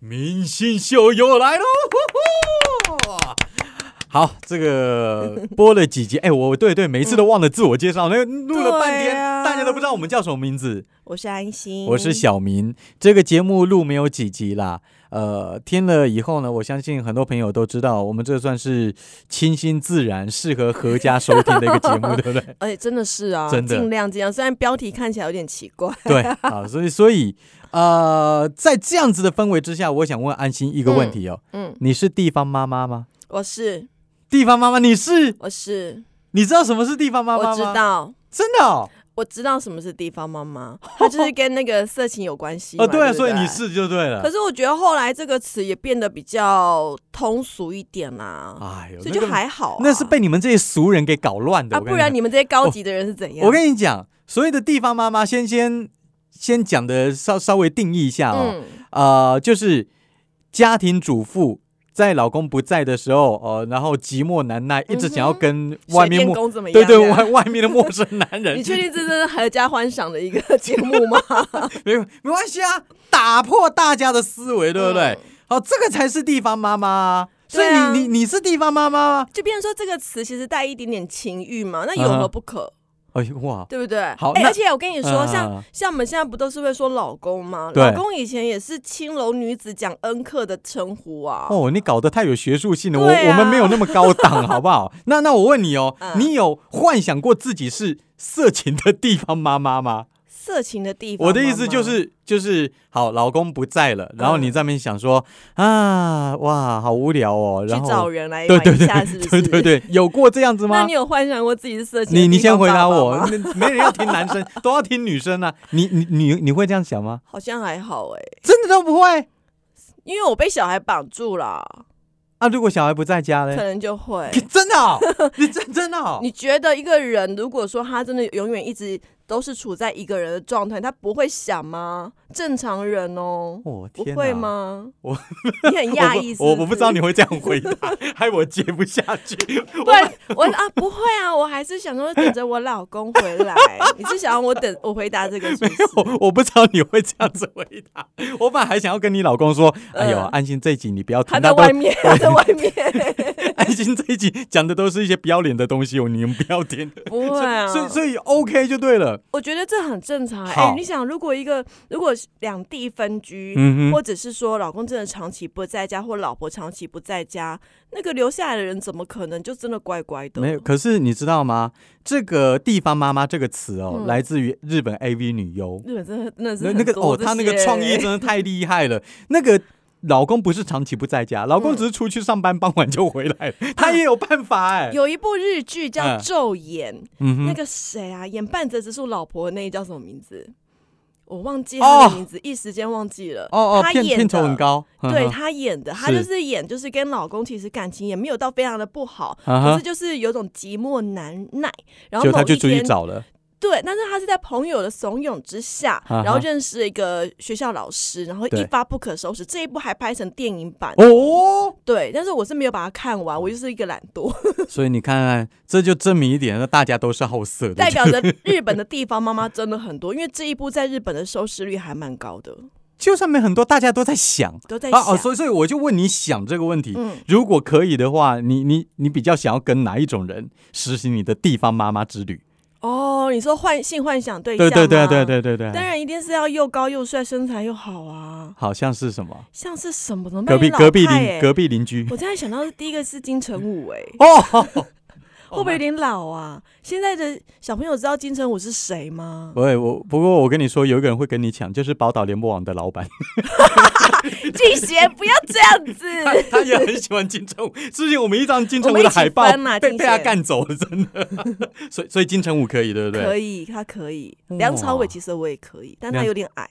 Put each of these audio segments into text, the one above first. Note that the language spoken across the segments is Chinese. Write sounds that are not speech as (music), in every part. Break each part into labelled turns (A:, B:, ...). A: 明星秀又来喽！呼呼好，这个播了几集，哎、我对对，每次都忘了自我介绍，那录了半天，
B: 对啊
A: 大家都不知道我们叫什么名字。
B: 我是安心，
A: 我是小明，这个节目录没有几集啦，呃，听了以后呢，我相信很多朋友都知道，我们这算是清新自然、适合合家收听的一个节
B: (laughs)
A: 目，对不对？
B: 哎、真的是啊，
A: 真的
B: 尽量这样。虽然标题看起来有点奇怪， (laughs)
A: 对，好，所以所以呃，在这样子的氛围之下，我想问安心一个问题哦，
B: 嗯，
A: 你是地方妈妈吗？
B: 我是
A: 地方妈妈，你是？
B: 我是
A: 你知道什么是地方妈妈吗？
B: 我知，道，
A: 真的哦，
B: 我知道什么是地方
A: (laughs)
B: 妈妈，它就是跟那个色情有关系嘛。
A: 哦，对啊，
B: 不
A: 所以你。是就对了
B: 可。是我觉得后来这个词也变得比较通俗一点啦、
A: 哎呦，
B: 所以
A: 那
B: 就
A: 个
B: 还好、啊
A: 那是被你们这些俗人给搞乱的，
B: 啊，
A: 我跟
B: 不
A: 讲
B: 然你们这些高级的人是怎样？
A: 我跟你讲，所谓的地方妈妈，先先先讲的稍稍微定义一下哦，
B: 嗯，
A: 呃，就是家庭主妇在老公不在的时候，呃，然后寂寞难耐，一直想
B: 嗯
A: 要跟外
B: 水
A: 面
B: 电
A: 陌、
B: 工怎么样？啊
A: 对对外外面的陌生男人
B: (laughs) 你，确定这真是合家欢赏的一个节目吗？ (laughs)
A: 没有没关系啊，打破大家的思维，对不对？好、这个才是地方妈妈、啊。所以
B: 嗯对
A: 你、
B: 啊
A: 你你是地方妈妈吗？
B: 就变成说这个词其实带一点点情欲嘛，那有
A: 嗯
B: 何
A: 哼
B: 不可，
A: 哎呦哇，
B: 对不对？
A: 好
B: 哎
A: 那
B: 而且我跟你说，像
A: 嗯
B: 像我们现在不都是会说老公吗？
A: 对
B: 老公以前也是青楼女子讲恩客的称呼啊。
A: 哦，你搞得太有学术性了，我
B: 对啊
A: 我们没有那么高档，好不好？那那我问你哦，
B: 嗯
A: 你有幻想过自己是色情的地方妈妈吗？
B: 色情的地方，
A: 我的意思就，是就是好，老公不在了，然后
B: 嗯
A: 你在那边想说、啊，哇，好无聊哦，
B: 去
A: 然后
B: 找人来
A: 对
B: 玩
A: 对
B: 一
A: 对 (laughs)
B: 下，是不
A: 对
B: 是？
A: 对对，有过这样子
B: 那
A: 吗
B: 你？有幻想过自己是色情的
A: 你你
B: 地
A: 先
B: 方
A: 回答
B: 爸爸
A: 我
B: 吗，
A: 那没人要听男
B: (laughs)
A: 生，都要听女生啊。你你你你会这样想吗？
B: 好像还好哎、
A: 真的都不会
B: 因为我被小孩绑住了，
A: 啊？如果小孩不在家
B: 可
A: 嘞，
B: 能就会。
A: 真的
B: (laughs)
A: 哦、你真真的、哦，
B: 你觉得一个人如果说他真的永远一直都是处在一个人的状态，他不会想吗？正常人哦，
A: 哦
B: 不
A: 天
B: 会
A: 哪
B: 吗？
A: 我 (laughs)
B: 你很讶异是
A: 我不我我不知道你
B: 是。
A: 会这样回
B: (laughs)
A: 答，害我接不下去。 (laughs)
B: 不然我啊不会啊，我还是想说等着我老公回来。你是想要我等我回答这个是不是？
A: 我我不知道你会这样子回答，我本来还想要跟你老公说，哎呦，
B: 嗯
A: 安心这一集你不要
B: 他
A: 听
B: 在
A: 到
B: 外
A: 都，
B: 面，他在外面，
A: (laughs) 安心这一集讲的都是一些不要脸的东西哦，你们不要听。
B: 不会啊。
A: 所以所以 OK 就对了，
B: 我觉得这很正常。哎、
A: 好
B: 你想，如果一个如果两地分居，
A: 嗯哼，
B: 或者是说老公真的长期不在家，或老婆长期不在家，那个留下来的人怎么可能就真的乖乖的？
A: 没有。可是你知道吗？这个“地方妈妈”这个词哦，
B: 嗯
A: 来自于日本 AV 女优，
B: 日本真的真的是
A: 那
B: 很
A: 那个
B: 多
A: 哦，
B: 这
A: 她那个
B: 些
A: 创意真的太厉害了，那个。老公不是长期不在家，老公
B: 嗯啊
A: 只是出去上班，傍晚就回来了，他也有办法哎、
B: 有一部日剧叫
A: 嗯
B: 《昼颜》，
A: 嗯哼
B: 那个谁啊，演半泽直树老婆的那一叫什么名字？我忘记他
A: 哦
B: 的名字，一时间忘记了。
A: 哦哦，
B: 他
A: 片
B: 演
A: 片酬
B: 的
A: 很高，嗯
B: 对他演的，他
A: 是
B: 就是演，就是跟老公其实感情也没有到非常的不好，
A: 嗯
B: 可
A: 哼，
B: 是就是有种寂寞难耐。
A: 嗯
B: 然
A: 哼
B: 后
A: 就他
B: 某
A: 就
B: 一
A: 出去
B: 天，
A: 找
B: (laughs)
A: 了，
B: 对，但是他是在朋友的怂恿之下，
A: 啊哈
B: 然后认识了一个学校老师，然后
A: 对
B: 一发不可收拾。这一部还拍成电影版，
A: 哦，
B: 对，但是我是没有把它看完，我就是一个懒惰，
A: 所以你看看，这就证明一点，那大家都是好色的
B: 代，表着日本的地方妈妈真的很多，因 (laughs) 为这一部在日本的收视率还蛮高的，
A: 就上面很多大家都在想
B: 都在
A: 啊
B: 想，
A: 哦，所以所以我就问你想这个问题，
B: 嗯，
A: 如果可以的话，你你你比较想要跟哪一种人实行你的地方妈妈之旅？
B: 哦，你说幻性幻想对
A: 对
B: 象吗？
A: 对对对对对对，
B: 当然一定是要又高又帅，身材又好啊，
A: 好像是什么
B: 像是什么呢？
A: 隔壁
B: 麦当劳
A: 隔壁
B: 派
A: 邻
B: 欸
A: 隔壁邻居
B: (laughs) 我现在想到的第一个是金城武、哎，
A: (laughs) 哦，
B: 会不会有点老啊？现在的小朋友知道金城武是
A: (laughs)
B: 谁吗？
A: 不会我不过我跟你说，有一个人会跟你抢，就是宝岛联播网的老板。
B: (laughs) 季贤，不要这样
A: (laughs) 他
B: 子。
A: 他也很喜欢金城武。之前我们一张金城
B: (laughs)
A: 武
B: 我们一
A: 的
B: 起
A: 海报
B: 翻嘛
A: 被
B: 金
A: 被他
B: 贤
A: 干走了，真的。 (laughs) 所以所以金城武可以，对不
B: 可
A: 对？
B: 以，他可以。
A: 哇
B: 梁朝伟其实我也可以，但他
A: 梁
B: 有点矮，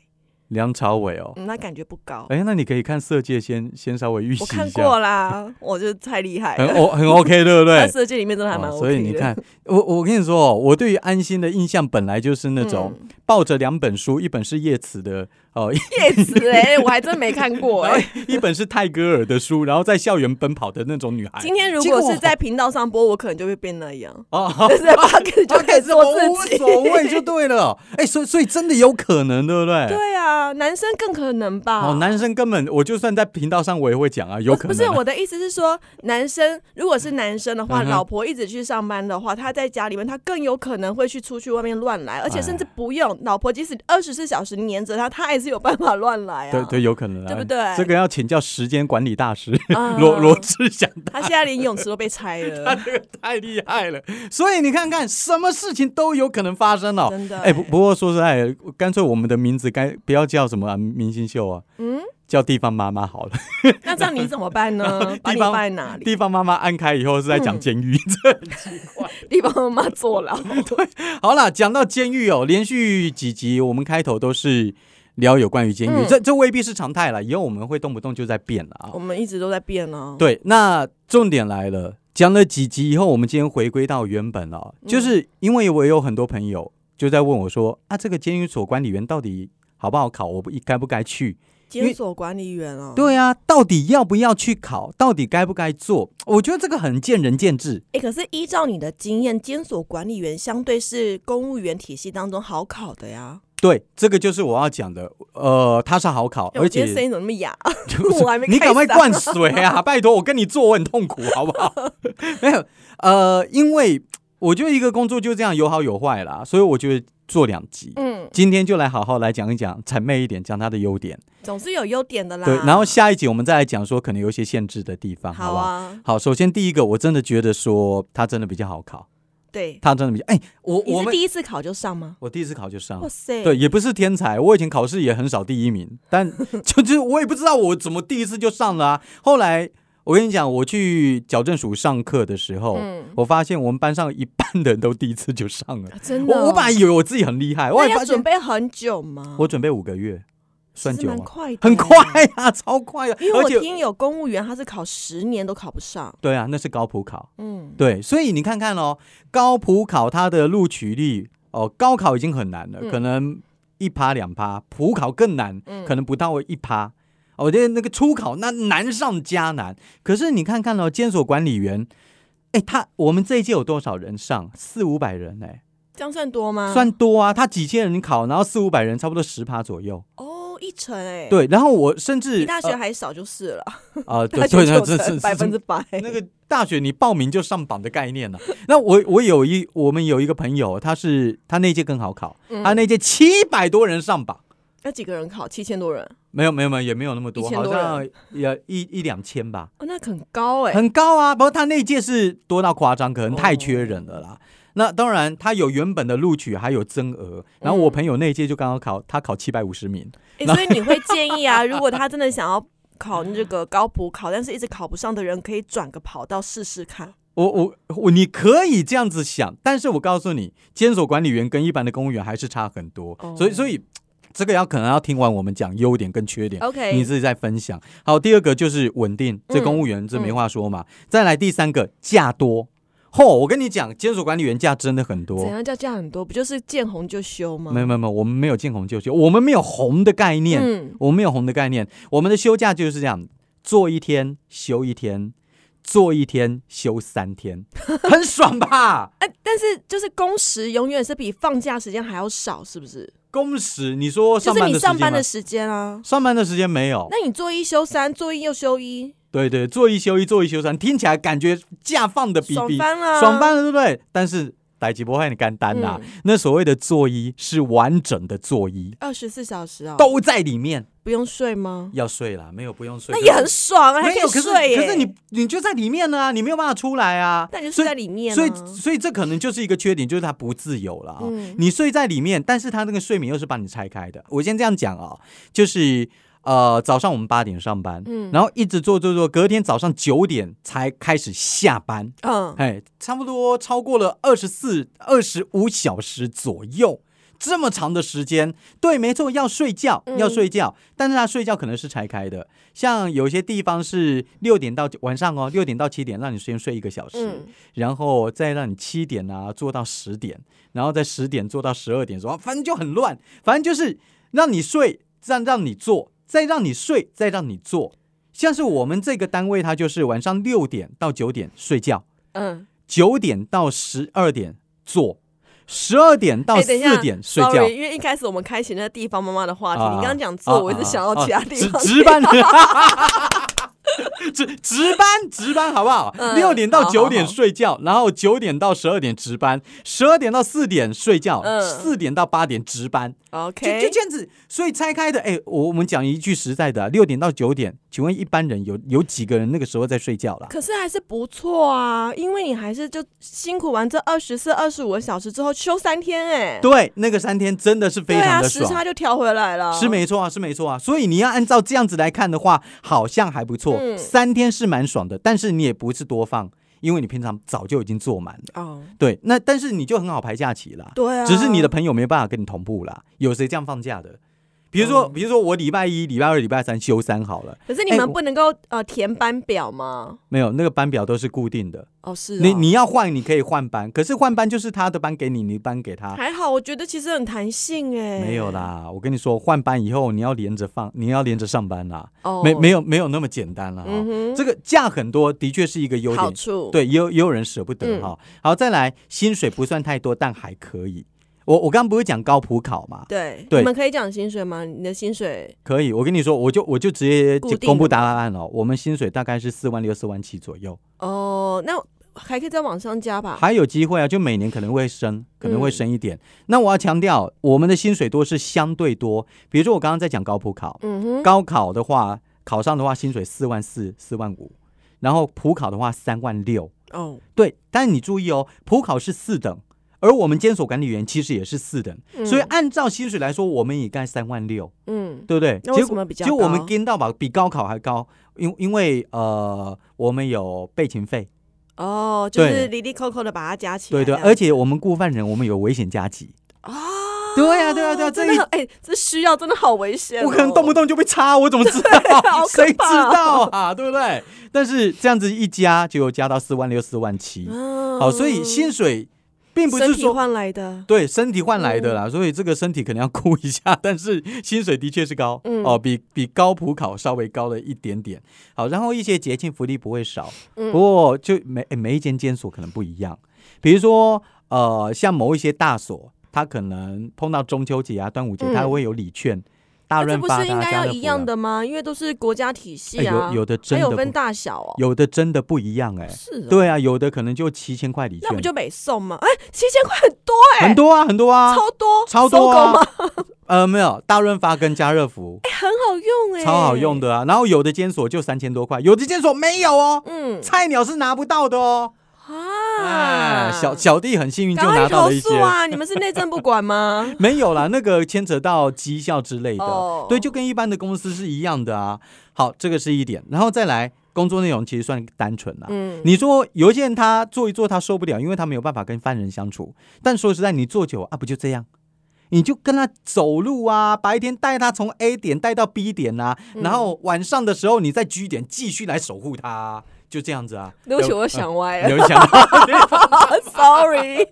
A: 梁朝伟哦，
B: 嗯，他感觉不高。
A: 哎，那你可以看《色戒》先先稍微预习
B: 我
A: 一下，
B: 看过啦，我觉得太厉害
A: 很
B: 了。
A: O 很 OK，对不
B: 在 (laughs)
A: 对？
B: 色界里面真的还
A: 哇
B: 啊蛮 OK 的。
A: 哦所以你看，我我跟你说哦，我对于安心的印象本来就是那种
B: 嗯
A: 抱着两本书，一本是叶慈的哦，一
B: 叶子哎、我还真没看
A: (laughs)
B: 过哎、
A: 一本是泰戈尔的书，然后在校园奔跑的那种女孩。
B: 今天如果是在频道上播，我可能就会变那样，
A: (laughs) 哦，
B: 就是在 p o d 就可以做
A: 无
B: 自己。
A: 所谓就对了。哎、所以所以真的有可能，对不 (laughs) 对？
B: 对啊，男生更可能吧？
A: 哦，男生根本我就算在频道上我也会讲啊，有可能啊、
B: 不是我的意思是说，男生如果是男生的话，
A: 嗯哼
B: 老婆一直去上班的话，他在家里面他更有可能会去出去外面乱来，
A: 哎
B: 而且甚至不用老婆，即使二十四小时黏着他，他还是有办法乱来啊。
A: 对对，有可能、啊，
B: 对不对
A: 这个要请教时间管理大师
B: 嗯
A: 罗罗志祥，
B: 他现在连泳池都被拆
A: 他
B: 了，
A: 这个太厉害了。所以你看看，什么事情都有可能发生 (laughs) 哦。
B: 真的、
A: 哎、不不过说实在，干脆我们的名字该不要叫什么、啊、明星秀啊，
B: 嗯，
A: 叫地方妈妈好了。
B: 那这样你怎么办
A: (laughs)
B: 呢？把你
A: 方
B: 放在哪里？
A: 地方妈嗯妈按开以后是在讲监狱。 (laughs)
B: 地方妈妈坐牢。
A: 好啦，讲到监狱哦，连续几集我们开头都是聊有关于监狱，
B: 嗯
A: 这这未必是常态啦，以后我们会动不动就在变了啊
B: (laughs) 我。们一直都在变啊。
A: 对，那重点来了，讲了几集以后，我们今天回归到原本了、就是因为我有很多朋友就在问我说啊，这个监狱所管理员到底好不好考？我不该不该去？
B: 监所管理员啊。。
A: 对啊，到底要不要去考？到底该不该做？我觉得这个很见仁见智。
B: 哎、可是依照你的经验，监所管理员相对是公务员体系当中好考的呀。
A: 对，这个就是我要讲的。呃，它是好考，
B: 哎
A: 而
B: 我今天
A: 且
B: 声音怎么那么哑？
A: (laughs) 就是
B: 我还没
A: 你赶快
B: 开嗓啊
A: 灌水啊！ (laughs) 拜托，我跟你做我很痛苦，好不好？ (laughs) 没有，呃，因为我觉得一个工作就这样有好有坏啦，所以我觉得做两集。
B: 嗯，
A: 今天就来好好来讲一讲，谄媚一点，讲它的优点。
B: 总是有优点的啦。
A: 对，然后下一集我们再来讲说可能有一些限制的地方，好
B: 好
A: 不好？
B: 啊，
A: 好，首先第一个，我真的觉得说它真的比较好考，
B: 对，
A: 它真的比较哎，我
B: 你
A: 我
B: 是
A: 们
B: 第一次考就上吗？
A: 我第一次考就上
B: 哇，塞，
A: 对，，也不是天才，我以前考试也很少第一名，
B: (laughs)
A: 但就就是我也不知道我怎么第一次就上了啊。后来我跟你讲，我去矫正署上课的时候，
B: 嗯
A: 我发现我们班上一半的人都第一次就上了。
B: 啊真的哦、
A: 我我本来以为我自己很厉害，我
B: 那
A: 也
B: 要
A: 发
B: 准
A: 现
B: 备很久吗？
A: 我准备五个月，
B: 其实
A: 算久
B: 蛮
A: 吗？
B: 快的，
A: 很快。啊，超快啊！
B: 因为
A: 而
B: 我
A: 且
B: 听有公务员，他是考十年都考不上，
A: 对啊，那是高普考，
B: 嗯，
A: 对，所以你看看哦，高普考它的录取率哦，高考已经很难了，
B: 嗯
A: 可能一趴两趴，普考更难，
B: 嗯
A: 可能不到一趴。哦我觉得那个初考那难上加难。可是你看看哦，监所管理员，哎，他我们这一届有多少人上？四五百人哎、
B: 这样算多吗？
A: 算多啊。他几千人考，然后四五百人，差不多十趴左右。
B: 哦，一成哎、，
A: 对，然后我甚至
B: 比大学还少就是了， (laughs)
A: 啊、呃
B: 大
A: 对
B: 学
A: 对
B: 就
A: 对，这
B: 成
A: 是
B: 百分之百。
A: 那个大学你报名就上榜的概念呢、啊 (laughs) 那我我有一我们有一个朋友，他是他那届更好考，
B: 嗯
A: 他那届七百多人上榜，
B: 那几个人考七千多人，
A: 没有没有没有也没有那么多，
B: 1000
A: 好
B: 多
A: 像也一一两千吧，
B: 哦，那很高哎、
A: 很高啊。不过他那届是多到夸张，可能太缺人了
B: 哦
A: 啦。那当然，他有原本的录取，还有增额。然后我朋友那一届就刚好考，他考七百五十名，
B: 欸所以你会建议啊，如果他真的想要考那个高普考，但是一直考不上的人，可以转个跑道试试看。
A: 我我我，你可以这样子想，但是我告诉你，监所管理员跟一般的公务员还是差很多，
B: 哦
A: 所以所以这个要可能要听完我们讲优点跟缺点。
B: 哦 OK，
A: 你自己再分享。好，第二个就是稳定，这
B: 嗯
A: 公务员、这没话说嘛。再来第三个，假多。嚯、我跟你讲，监所管理员假真的很
B: 怎
A: 多。
B: 样叫价很多？不就是见红就休吗？
A: 没有没有没有，我们没有见红就休，我们没有红的概念，
B: 嗯，
A: 我们没有红的概念。我们的休假就是这样，做一天休一天，做一天休三
B: (laughs)
A: 天，很爽吧？
B: 哎、但是就是工时永远是比放假时间还要少，是不是？
A: 工时，你说
B: 就
A: 上
B: 是
A: 班
B: 你
A: 的时
B: 上
A: 间
B: 班
A: 吗
B: 的时间啊。
A: 上班的时间没有，
B: 那你做一休三，做一又休一，
A: 对对，做一休一，做一休三，听起来感觉假放的比
B: 爽
A: 比
B: 翻啊啦！
A: 爽翻了，对不对？但是逮鸡不会很干单呐、啊
B: 嗯
A: 那所谓的做一是完整的做一，
B: 二十四小时啊、
A: 都在里面。
B: 不用睡吗？
A: 要睡啦，没有不用睡，
B: 那也很爽啊，还
A: 没有，
B: 以
A: 可是
B: 睡耶、
A: 可是你你就在里面呢、啊，你没有办法出来啊。
B: 那你就
A: 所
B: 睡
A: 以
B: 在里面、啊，
A: 所以所以这可能就是一个缺点，就是它不自由了啊、
B: 嗯
A: 你睡在里面，但是它那个睡眠又是把你拆开的。我先这样讲啊、就是呃早上我们八点上班，
B: 嗯
A: 然后一直做做做，隔天早上九点才开始下班，
B: 嗯，
A: 哎，差不多超过了二十四、二十五小时左右。这么长的时间，对，没错，要睡觉，
B: 嗯
A: 要睡觉，但是他睡觉可能是拆开的，像有些地方是六点到晚上哦，六点到七点让你先睡一个小时，
B: 嗯
A: 然后再让你七点啊做到十啊点，然后再十点做到十二点，说反正就很乱，反正就是让你睡。让让你做，再让你睡，再让你做。像是我们这个单位，它就是晚上六点到九点睡觉，
B: 嗯，
A: 九点到十二点做，十二点到
B: 哎等一下
A: 四点睡觉。
B: Sorry, 因为一开始我们开启那个地方妈妈的话题，
A: 啊
B: 你刚刚讲做，我一直想到其他地
A: 啊
B: 方。
A: 啊啊值值班。 (laughs) 值值班值班好不好
B: 嗯？
A: 六点到
B: 好
A: 九点
B: 好好
A: 睡觉，然后九点到十二点值班，十二点到四点睡觉，
B: 嗯
A: 四点到八点值班，就
B: (laughs) OK，
A: 就这样子。所以拆开的，哎，我我们讲一句实在的啊，六点到九点，请问一般人有有几个人那个时候在睡觉了？
B: 可是还是不错啊，因为你还是就辛苦完这二十四、二十五个小时之后休三天、哎，
A: 对，那个三天真的是非
B: 对
A: 常
B: 啊，
A: 的
B: 时
A: 爽。
B: 差就调回来了，
A: 是没错啊，是没错啊，所以你要按照这样子来看的话，好像还不错，
B: 嗯
A: 三天是蛮爽的，但是你也不是多放，因为你平常早就已经做满了。
B: 哦，
A: 对，那但是你就很好排假期啦，
B: 对啊，
A: 只是你的朋友没办法跟你同步啦。有谁这样放假的？比如说，
B: 嗯
A: 比如说我礼拜一、礼拜二、礼拜三休三好了，
B: 可是你
A: 哎
B: 们
A: 我
B: 不能够、呃填班表吗？
A: 没有那个班表都是固定的，
B: 哦，是哦
A: 你你要换你可以换班，可是换班就是他的班给你，你的班给他。
B: 还好，我觉得其实很弹性哎、
A: 啊没有，啦，我跟你说，换班以后你要连着放，你要连着上班啦，
B: 哦，
A: 没没有没有那么简单了哈。
B: 嗯哼，
A: 这个假很多，的确是一个优
B: 好
A: 点。
B: 处，
A: 对，也有也有人舍不得
B: 嗯
A: 哈、好，再来，薪水不算太多，但还可以。我我刚刚不是讲高普考嘛？
B: 对
A: 对
B: 你们可以讲薪水吗？你的薪水
A: 可以，我跟你说，我就我就直接
B: 固定的
A: 公布
B: 吗
A: 答案了。我们薪水大概是四万六、四万七左右，
B: 哦，那还可以再往上加吧？
A: 还有机会啊，就每年可能会升，
B: 嗯
A: 可能会升一点。那我要强调，我们的薪水多是相对多。比如说我刚刚在讲高普考，
B: 嗯哼，
A: 高考的话，考上的话薪水四万四、四万五，然后普考的话三万六。
B: 哦，
A: 对，但你注意哦，普考是四等，而我们监所管理员其实也是四等，
B: 嗯
A: 所以按照薪水来说，我们也该三万六，
B: 嗯，
A: 对不对？
B: 那为
A: 结
B: 什
A: 果
B: 么比较
A: 就我们
B: 高
A: 跟到吧，比高考还高，因因为呃，我们有备勤费，
B: 哦，就是
A: 对
B: 离离扣扣的把它加起来
A: 对
B: 这
A: 对，
B: 样，
A: 而且我们雇犯人，我们有危险加急。
B: 啊，
A: 对呀对呀对呀这
B: (laughs) 真
A: 一
B: 的很哎、这需要真的好危险、哦
A: 我可能动不
B: 动，
A: 动就被插，我怎么知道？
B: 好可
A: 谁知
B: 怕哦
A: 道啊？对不对？但是这样子一加就加到四万六、四万七，
B: 嗯
A: 好，所以薪水并不
B: 身
A: 是
B: 体
A: 说
B: 换来的，
A: 对，身体换
B: 嗯
A: 来的啦，所以这个身体可能要顾一下， (laughs) 但是薪水的确是高，
B: 嗯
A: 哦，比比高普考稍微高了一点点。好，然后一些节庆福利不会少，
B: 嗯
A: 不过就每诶每一间监所可能不一样，比如说呃，像某一些大所，它可能碰到中秋节啊、端午节，
B: 嗯
A: 它会有礼券、大
B: 那这
A: 润
B: 不
A: 发、
B: 是
A: 大
B: 应
A: 家
B: 该要
A: 乐
B: 一
A: 福
B: 样
A: 啦，
B: 的吗？因为都是国家体系
A: 哎
B: 啊，
A: 有有的
B: 还
A: 真的
B: 有
A: 不
B: 分大小哦，
A: 有的真的不一样哎、
B: 是哦，
A: 对啊，有的可能就七千块礼券
B: 那不，就北宋吗？哎、七千块很多哎、
A: 很多啊，很多啊，
B: 超多，
A: 超多
B: 搜狗吗
A: 啊，呃，没有大润发跟家乐福。
B: 很好用哎、
A: 超好用
B: 的，
A: 的啊。然后有的监所就三千多块，有的监所没有哦，
B: 嗯
A: 菜鸟是拿不到的哦。
B: 啊
A: 哎，，小小弟很幸运就
B: 赶快
A: 拿
B: 去
A: 到
B: 投
A: 了一些？
B: 诉。啊！你们是内政部管吗
A: (laughs) 没有啦，那个牵扯到绩效之类的，
B: 哦
A: 对，就跟一般的公司是一样的啊。好，这个是一点，然后再来工作内容其实算单纯啦。
B: 嗯，
A: 你说有一些人他做一做他受不了，因为他没有办法跟犯人相处。但说实在，你做久了啊，不就这样？你就跟他走路啊，白天带他从 A 点带到 B 点啊，
B: 嗯
A: 然后晚上的时候你在 G 点继续来守护他啊、就这样子啊。
B: 对不起，
A: 有
B: 我想歪
A: (laughs)
B: 了
A: 有人想到，
B: (laughs) ，sorry。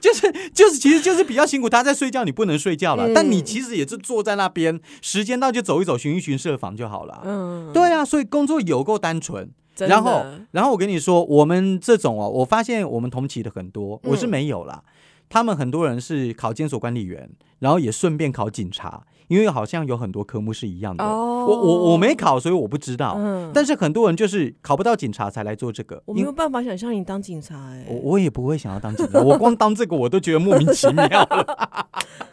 A: 就是就是，其实就是比较辛苦。他在睡觉，你不能睡觉了，
B: 嗯
A: 但你其实也是坐在那边，时间到就走一走，巡一巡设防就好了。
B: 嗯，
A: 对啊，所以工作有够单纯。
B: 真的
A: 然后，然后我跟你说，我们这种哦，我发现我们同期的很多，我是
B: 嗯
A: 没有啦。他们很多人是考监所管理员，然后也顺便考警察，因为好像有很多科目是一样的。
B: 哦，
A: 我我我没考，所以我不知道。
B: 嗯
A: 但是很多人就是考不到警察才来做这个，
B: 我没
A: 因
B: 有办法想象你当警察哎、
A: 我我也不会想要当警察，我光当这个我都觉得莫名其妙了。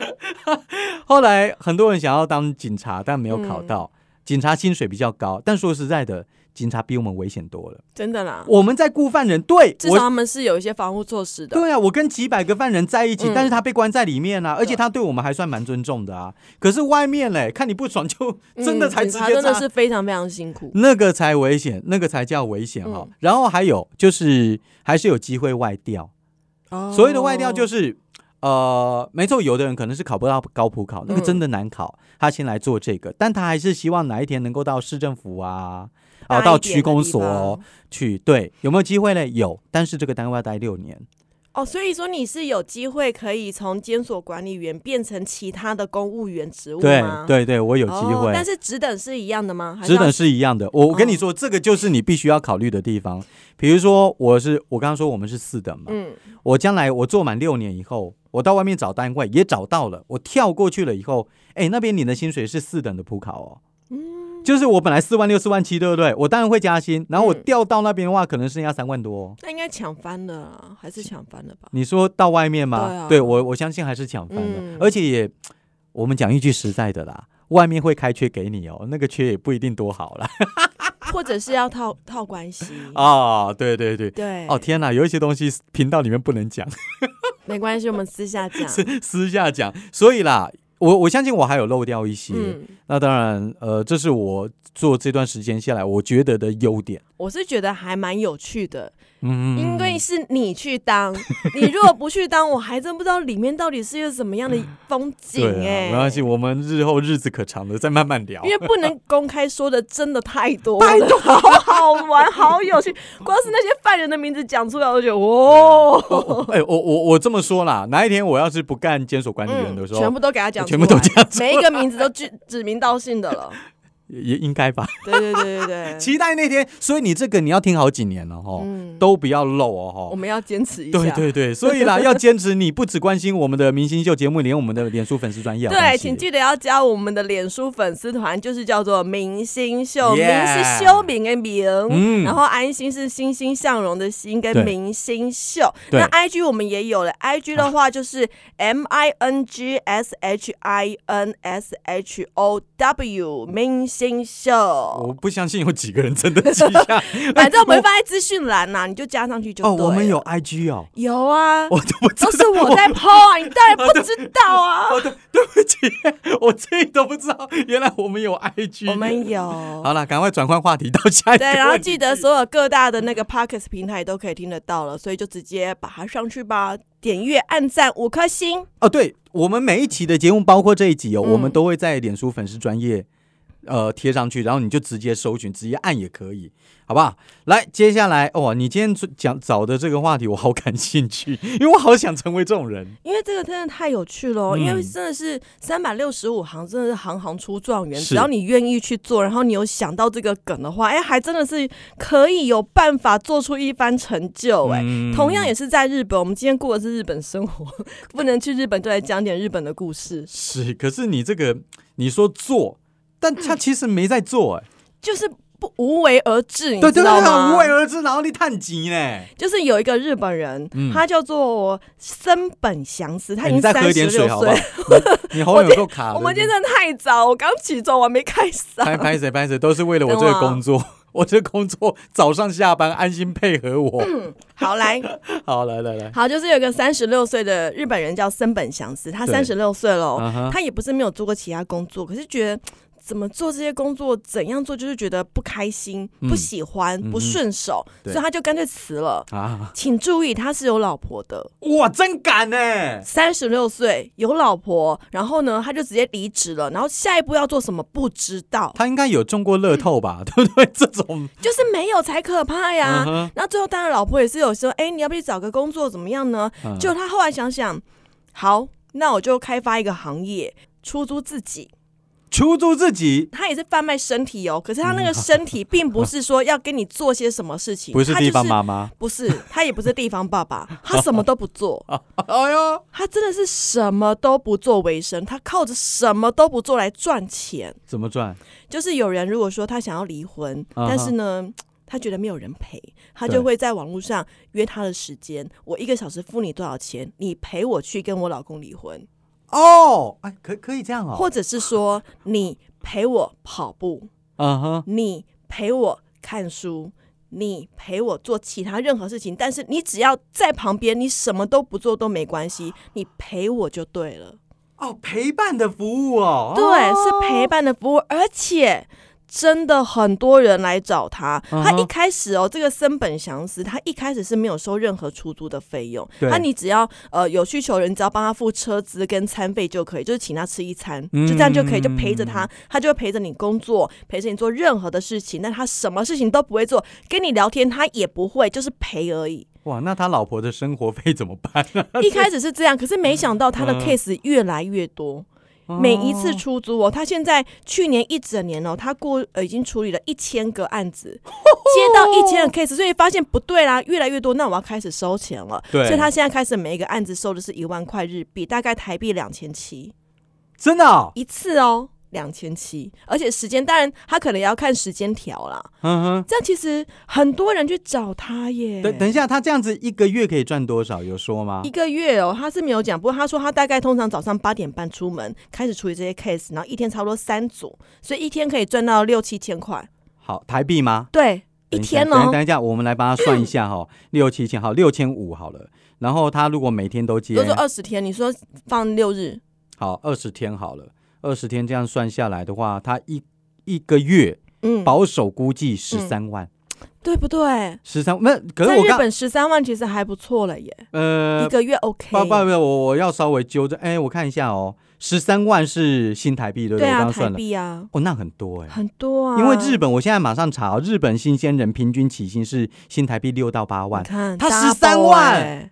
A: (laughs) 后来很多人想要当警察，但没有考到。
B: 嗯
A: 警察薪水比较高，但说实在的，警察比我们危险多了。
B: 真的啦，
A: 我们在雇犯人，对
B: 至少
A: 我。
B: 他们是有一些防护措施的。
A: 对啊，我跟几百个犯人在一起，
B: 嗯
A: 但是他被关在里面啊，而且
B: 对
A: 他对我们还算蛮尊重的啊。可是外面嘞，看你不爽就 (laughs) 真的
B: 嗯
A: 才直
B: 警察
A: 接
B: 真的
A: 插
B: 是非常非常辛苦。
A: 那个才危险，那个才叫危险哈、
B: 嗯
A: 然后还有就是还是有机会外调，
B: 哦
A: 嗯所谓的外调就是。呃，没错，有的人可能是考不到高普考，那个
B: 嗯
A: 真的难考，他先来做这个，但他还是希望哪一天能够到市政府啊，
B: 大
A: 啊，
B: 一
A: 到
B: 点
A: 区
B: 的
A: 公
B: 地
A: 所
B: 方
A: 去，对，有没有机会呢？有，但是这个单位要待六年，
B: 哦，所以说你是有机会可以从监所管理员变成其他的公务员职务
A: 对
B: 吗？
A: 对对，我有机
B: 哦
A: 会。
B: 但是职等是一样的吗？还
A: 职
B: 要
A: 等是一样的，我我跟你
B: 哦
A: 说，这个就是你必须要考虑的地方。比如说，我是我刚刚说我们是四等嘛，
B: 嗯
A: 我将来我做满六年以后，我到外面找单位也找到了，我跳过去了以后，哎，那边领的薪水是四等的普考哦。就是我本来四万六、四万七，对不对？我当然会加薪，然后我
B: 嗯
A: 调到那边的话，可能剩下三万多哦、
B: 那应该抢翻了啊，还是抢翻了
A: (laughs)
B: 吧？
A: 你说到外面吗？
B: 对啊
A: 我我相信还是抢翻的，
B: 嗯
A: 而且也，我们讲一句实在的啦，外面会开缺给你哦，那个缺也不一定多好啦。
B: 或者是要套套关系？
A: 啊、对对对。
B: 嗯对，
A: 哦天哪，有一些东西频道里面不能讲， (laughs)
B: 没关系，我们私下讲。
A: 私下讲。所以啦，我我相信我还有漏掉一些。
B: 嗯，
A: 那当然，呃，这是我做这段时间下来我觉得的优点。
B: 我是觉得还蛮有趣的，
A: 嗯，
B: 因为是你
A: (laughs)
B: 去当，你如果不去当，我还真不知道里面到底是一个什么样的风景
A: 对啊，
B: 哎、
A: 没关系，我们日后日子可长了，再慢慢聊
B: 因。为不能公开说的真的太多，太多，好好玩，好有
A: (laughs)
B: 趣。光是那些犯人的名字讲出来，我就觉
A: 啊
B: 得哦，
A: (laughs) 哎、我我我这么说啦，哪一天我要是不干监所管理员的时候，
B: 嗯
A: 哎
B: 全部都给他讲出来，
A: 全部都这样子，
B: 每一个名字都指指名道姓的了。
A: 也应该吧。 (laughs)
B: (laughs) 对对对对对，
A: 期待那天，所以你这个你要听好几年了哈，
B: 嗯，
A: 都不要漏哦
B: 我
A: 哈。
B: 们要坚持一下。
A: 对对对，所以
B: (laughs)
A: 啦，要坚持，你不只关心我们的明星秀节目，连我们的脸书粉丝专业，
B: 对，请记得要加我们的脸书粉丝团，就是叫做“明星秀”，明
A: Yeah
B: 是修明的明，
A: 嗯
B: 然后安心是欣欣向荣的欣，
A: 对
B: 跟明星秀。
A: 对
B: 那 I G 我们也有了，I G 的话就是 M I N G S H I N S H O W 明星秀。。
A: 我不相信有几个人真的记下
B: (laughs) 反正我们放在资讯栏呐，你就加上去就
A: 哎哦，(laughs)
B: 对
A: 我们
B: 了
A: 有 IG 哦，
B: 有啊，
A: 我都不知道
B: 都，是我在 PO 啊，你当然不知
A: (laughs)
B: 道啊，
A: 哦，对，对不起，我自己都不知道，原来我们有 IG。
B: 我们有。
A: 嗯好了，赶快转换话题到下一个
B: 对，
A: 问题。
B: 然后记得所有各大的那个 Podcast 平台都可以听得到了，所以就直接把它上去吧，点阅、按赞五颗星。
A: 哦，对，我们每一期的节目，包括这一集哦，
B: 嗯
A: 我们都会在脸书粉丝专业呃贴上去，然后你就直接搜寻，直接按也可以，好不好？来，接下来哦，你今天讲找的这个话题，我好感兴趣，因为我好想成为这种
B: (laughs)
A: 人。
B: 因为这个真的太有趣了哦、
A: 嗯
B: 因为真的是三百六十五行，真的是行行出状元。
A: 是
B: 只要你愿意去做，然后你有想到这个梗的话，哎，还真的是可以有办法做出一番成就哎。
A: 嗯
B: 同样也是在日本，我们今天过的是日本生活， (laughs) 不能去日本就来讲点日本的故事，
A: 是，可是你这个你说做，但他
B: 嗯
A: 其实没在做、哎、
B: 就是不无为而治，你
A: 对
B: 知
A: 对对，
B: 道吗？
A: 很无为而治，然后你探急呢。
B: 就是有一个日本人，
A: 嗯
B: 他叫做森本祥司，他
A: 哎
B: 已
A: 你
B: 经
A: 再
B: 三
A: 喝一
B: 十
A: 点
B: 六
A: 水好不好
B: 岁。？
A: 你你喉咙有够卡的。
B: (laughs) 我们今天真的太早，我刚起床，我还没开
A: (laughs)
B: 始啊。
A: 拍拍谁拍谁，都是为了我这个工作。我这个工作早上下班安心配合我。
B: 好来，
A: (laughs) 好，来来来，
B: 好，就是有一个三十六岁的日本人叫森本祥司，他
A: 对
B: 三十六岁了，
A: 嗯哼
B: 他也不是没有做过其他工作，可是觉得。怎么做这些工作，怎样做就是觉得不开心、
A: 嗯
B: 不喜欢、
A: 嗯
B: 不顺手，
A: 对
B: 所以他就干脆辞了。
A: 啊，
B: 请注意，他是有老婆的，
A: 哇，真敢呢！
B: 三十六岁有老婆，然后呢，他就直接离职了，然后下一步要做什么不知道，
A: 他应该有中过乐透吧？ (laughs) 对不对？这种
B: 就是没有才可怕
A: 嗯
B: 呀。
A: 哼
B: 那最后当然老婆也是有说，哎、你要不去找个工作怎么样呢？
A: 嗯
B: 就他后来想想，好，那我就开发一个行业。出租自己，
A: (laughs) 出租自己，
B: 他也是贩卖身体哦。可是他那个身体并不是说要跟你做些什么事情，
A: 嗯 (laughs) 不是
B: 他就
A: 地方妈妈。
B: 不是，他也不是地方爸
A: (laughs)
B: 爸，他什么都不做。
A: 哎呦，
B: 他真的是什么都不做为生，他靠着什么都不做来赚钱。
A: 怎么赚？
B: 就是有人如果说他想要离婚，
A: 啊哈
B: 但是呢。他觉得没有人陪，他
A: 对
B: 就会在网络上约他的时间。我一个小时付你多少钱？你陪我去跟我老公离婚，
A: 哦，哎，可可以这样哦。
B: 或者是说你陪我跑步，
A: 嗯哼，
B: 你陪我看书，你陪我做其他任何事情。但是你只要在旁边，你什么都不做都没关系，你陪我就对了。
A: 哦，陪伴的服务哦。
B: 对，
A: 哦
B: 是陪伴的服务，而且真的很多人来找他。
A: 嗯哼
B: 他一开始哦，这个森本祥司，他一开始是没有收任何出租的费用，
A: 对
B: 他你只要呃有需求人，只要帮他付车资跟餐费就可以，就是请他吃一餐，
A: 嗯
B: 就这样就可以，就陪着他，他就会陪着你工作，陪着你做任何的事情，但他什么事情都不会做，跟你聊天他也不会，就是陪而已。
A: 哇，那他老婆的生活费怎么办啊呢、
B: 一开始是这样，可是没想到他的
A: 嗯
B: case 越来越多。每一次
A: 哦
B: 出租哦，他现在去年一整年哦，他过呃已经处理了一千个案子，接到一
A: (laughs)
B: 千个 case，所以发现不对啦，越来越多，那我要开始收钱了。
A: 对
B: 所以他现在开始每一个案子收的是一万块日币，大概台币两千七
A: 真的哦、
B: 一次哦，两千七，而且时间当然他可能也要看时间条啦。
A: 嗯哼。
B: 这样其实很多人去找他耶。
A: 等等一下，他这样子一个月可以赚多少？有说吗
B: 哎一？个月哦，他是没有讲，不过他说他大概通常早上八点半出门开始处理这些 case，然后一天差不多三组，所以一天可以赚到六七千块。
A: 好，台币吗？
B: 对，一
A: 等下
B: 天
A: 等
B: 哦，
A: 等一下，我们来帮他算一下哈、 (clears throat) 六七千，好，六千五好了。然后他如果每天都接
B: 都，说二十天，你说放六日，
A: 好，二十天好了，二十天这样算下来的话，他一一个月
B: 嗯，
A: 保守估计十三万，
B: 对不对？
A: 十三、那可是
B: 在
A: 我
B: 日
A: 刚
B: 本十嗯三万其实还不错了耶，一
A: 呃，
B: 个月 OK。
A: 不不不，我我要稍微纠正，哎，我看一下哦，十三万是新台币对不
B: 对
A: 对？我
B: 啊，
A: 刚刚
B: 台
A: 算了，
B: 币啊，
A: 哦，那很多哎、
B: 很多啊。
A: 因为日本，我现在马上查哦、日本新鲜人平均起薪是新台币六到八万
B: 你，看
A: 他
B: double
A: 13万
B: 哎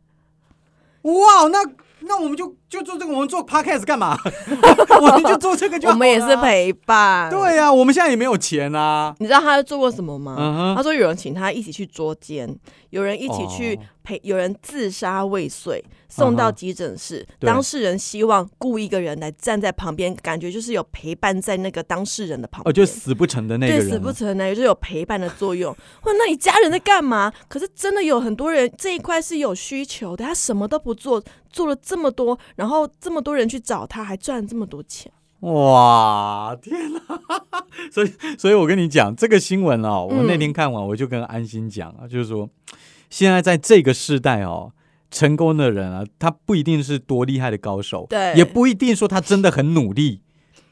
A: 哇，那那我们就就做这个，我们做 podcast 干嘛？ (laughs) 我们就做这个就好
B: 我们也是
A: 了啊
B: 陪伴。，
A: 对呀、啊，我们现在也没有钱啊。
B: 你知道他做过什么吗？
A: 嗯
B: 他
A: 哼，
B: 说有人请他一起去捉奸，有人一起去
A: 哦
B: 陪，有人自杀未遂，送到
A: 嗯哼
B: 急诊室。
A: 对
B: 当事人希望雇一个人来站在旁边，感觉就是有陪伴在那个当事人的旁
A: 哦，
B: 边。
A: 就死不成的那个
B: 对，
A: 人啊，
B: 死不成呢，也就有陪伴的作用。哇，那你家人在干嘛？可是真的有很多人这一块是有需求的，他什么都不做，做了这么多，然后这么多人去找他，还赚了这么多钱。
A: 哇，天哪！所以，所以我跟你讲这个新闻哦，我
B: 嗯
A: 那天看完，我就跟安心讲啊，就是说，现在在这个时代哦，成功的人啊，他不一定是多厉害的高手，
B: 对
A: 也不一定说他真的很努力，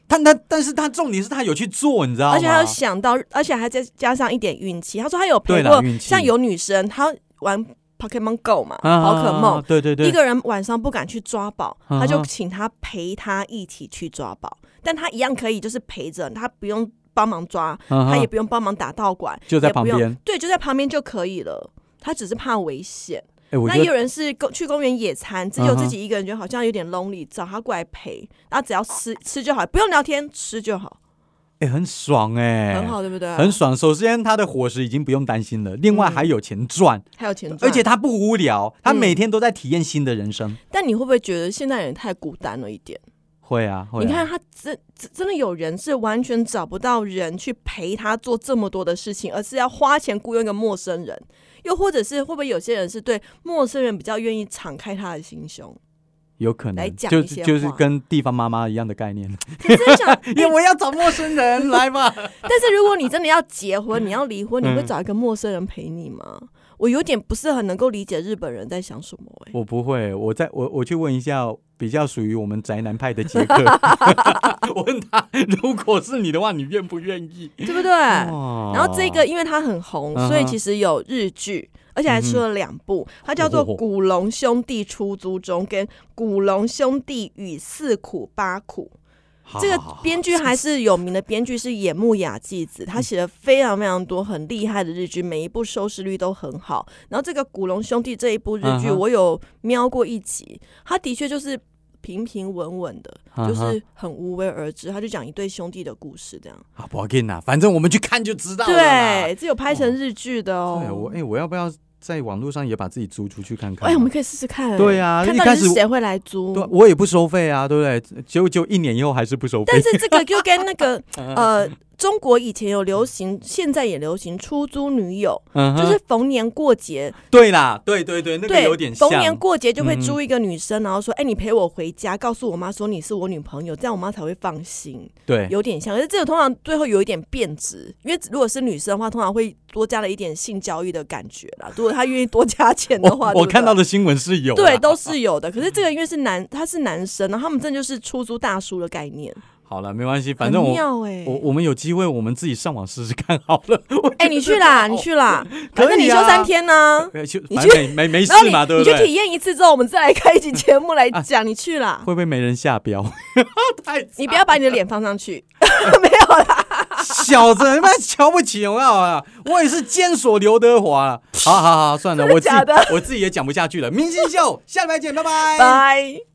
A: 但他但是他重点是他有去做，你知道吗？
B: 而且还有想到，而且还再加上一点运气。他说他有陪
A: 对啦
B: 过
A: 运，气
B: 像有女生她玩 Pokemon Go 嘛，
A: 啊
B: 宝可梦。
A: 对对对，
B: 一个人晚上不敢去抓宝，
A: 啊哈
B: 他就请他陪他一起去抓宝，但他一样可以就是陪着，他不用帮忙抓，
A: 啊哈
B: 他也不用帮忙打道馆，
A: 就在
B: 也不用
A: 旁边，
B: 对，就在旁边就可以了。他只是怕危险。
A: 哎，我
B: 那
A: 觉
B: 也
A: 得
B: 有人是公去公园野餐，只有自己一个人，觉得好像有点 lonely，找他过来陪，然后只要吃吃就好，不用聊天，吃就好，
A: 哎很爽哎，
B: 很好，对不对？
A: 很爽。首先，他的伙食已经不用担心了，另外
B: 嗯
A: 还有钱赚。
B: 还有钱赚，
A: 而且他不无聊，他
B: 嗯
A: 每天都在体验新的人生。
B: 但你会不会觉得现代人太孤单了一点？
A: 会啊，会啊。
B: 你看，他真真真的有人是完全找不到人去陪他做这么多的事情，而是要花钱雇佣一个陌生人，又或者是会不会有些人是对陌生人比较愿意敞开他的心胸？
A: 有可
B: 来
A: 能
B: 讲
A: 就
B: 一些
A: 就是
B: 话
A: 跟地方妈妈一样的概
B: (laughs)
A: 念，
B: 可是想，
A: 因为我要找陌生人来嘛。
B: 但是如果你真的要结婚，你要离婚，你
A: 嗯
B: 会找一个陌生人陪你吗？我有点不是很能够理解日本人在想什么、欸。
A: 我 (laughs) 不会，我在我我去问一下比较属于我们宅男派的杰
B: (laughs)
A: 克，我问他，如果是你的话，你愿不愿
B: (laughs)
A: 意？
B: 对不对？
A: 哦
B: 哦然后这个因为它很红，
A: 嗯哼
B: 所以其实有日剧，而且还出了两部，它叫做
A: 哦吼
B: 《
A: 吼
B: 古龙兄弟出租中》跟《古龙兄弟与四苦八苦》。
A: 好
B: 这个
A: 好好
B: 编剧还是有名的编剧，是野木雅纪
A: 嗯
B: 子，她写了非常非常多很厉害的日剧，每一部收视率都很好。然后这个《古龙兄弟》这一部日剧，
A: 嗯哼
B: 我有瞄过一集，它的确就是平平稳稳的，
A: 嗯
B: 就
A: 哼
B: 是很无为而治。他就讲一对兄弟的故事，这样。
A: 好不好看呐？反正我们去看就知道了啦。
B: 对，这有拍成日剧的哦。
A: 对，我哎、我要不要在网络上也把自己租出去看看啊？
B: 哎，我们可以试试看。
A: 对啊
B: 看
A: 一
B: 到
A: 开
B: 底
A: 始
B: 是谁会来租
A: 对。啊，我也不收费啊，对不对？结果就一年以后还是不收费
B: 但。是这
A: (laughs)
B: 个就跟那个
A: 嗯
B: 呃，中国以前有流行，现在也流行出租女友，
A: 嗯哼
B: 就是逢年过节，
A: 对啦，对对对，那个有
B: 对，
A: 点
B: 逢
A: 像。
B: 年过节就会租一个女生，然后说，哎，你陪我回家，告诉我妈说你是我女朋友，这样我妈才会放心。
A: 对，
B: 有点像，可是这个通常最后有一点变质，因为如果是女生的话，通常会多加了一点性交易的感觉啦。如果她愿意多加钱的
A: 我
B: 话，
A: 我
B: 对不对
A: 看到的新闻是有啦，
B: 对，都是有的。可是这个因为是男，他是男生，然后他们真的就是出租大叔的概念，
A: 好了，没关系，反正
B: 很
A: 我
B: 妙哎、
A: 我我们有机会，我们自己上网试试看好了。 (laughs) 我
B: 哎、你去啦，你去啦，反正你休三天呢、
A: 呃就
B: 你
A: 反正没没啊没事
B: 然后你
A: 嘛，对不啊
B: 你去
A: 对？
B: 体验一次之后，我们再来开一集节目来讲。你去啦，
A: 会不会没人下标？太 (laughs)
B: 你不要把你的脸放上去，没有啦，
A: 吓小子，你们瞧不起我啊！我也是监所刘德华啊了。好好好，算了，我自
B: 假的
A: 己我自己也讲不下去了。明星秀，下礼拜见，拜拜。
B: 拜。